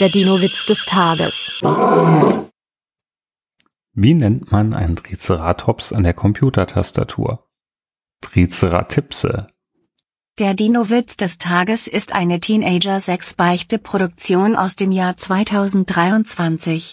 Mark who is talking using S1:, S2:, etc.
S1: Der Dino-Witz des Tages.
S2: Wie nennt man einen Triceratops an der Computertastatur? Triceratipse.
S3: Der Dino-Witz des Tages ist eine Teenager-6-Beichte-Produktion aus dem Jahr 2023.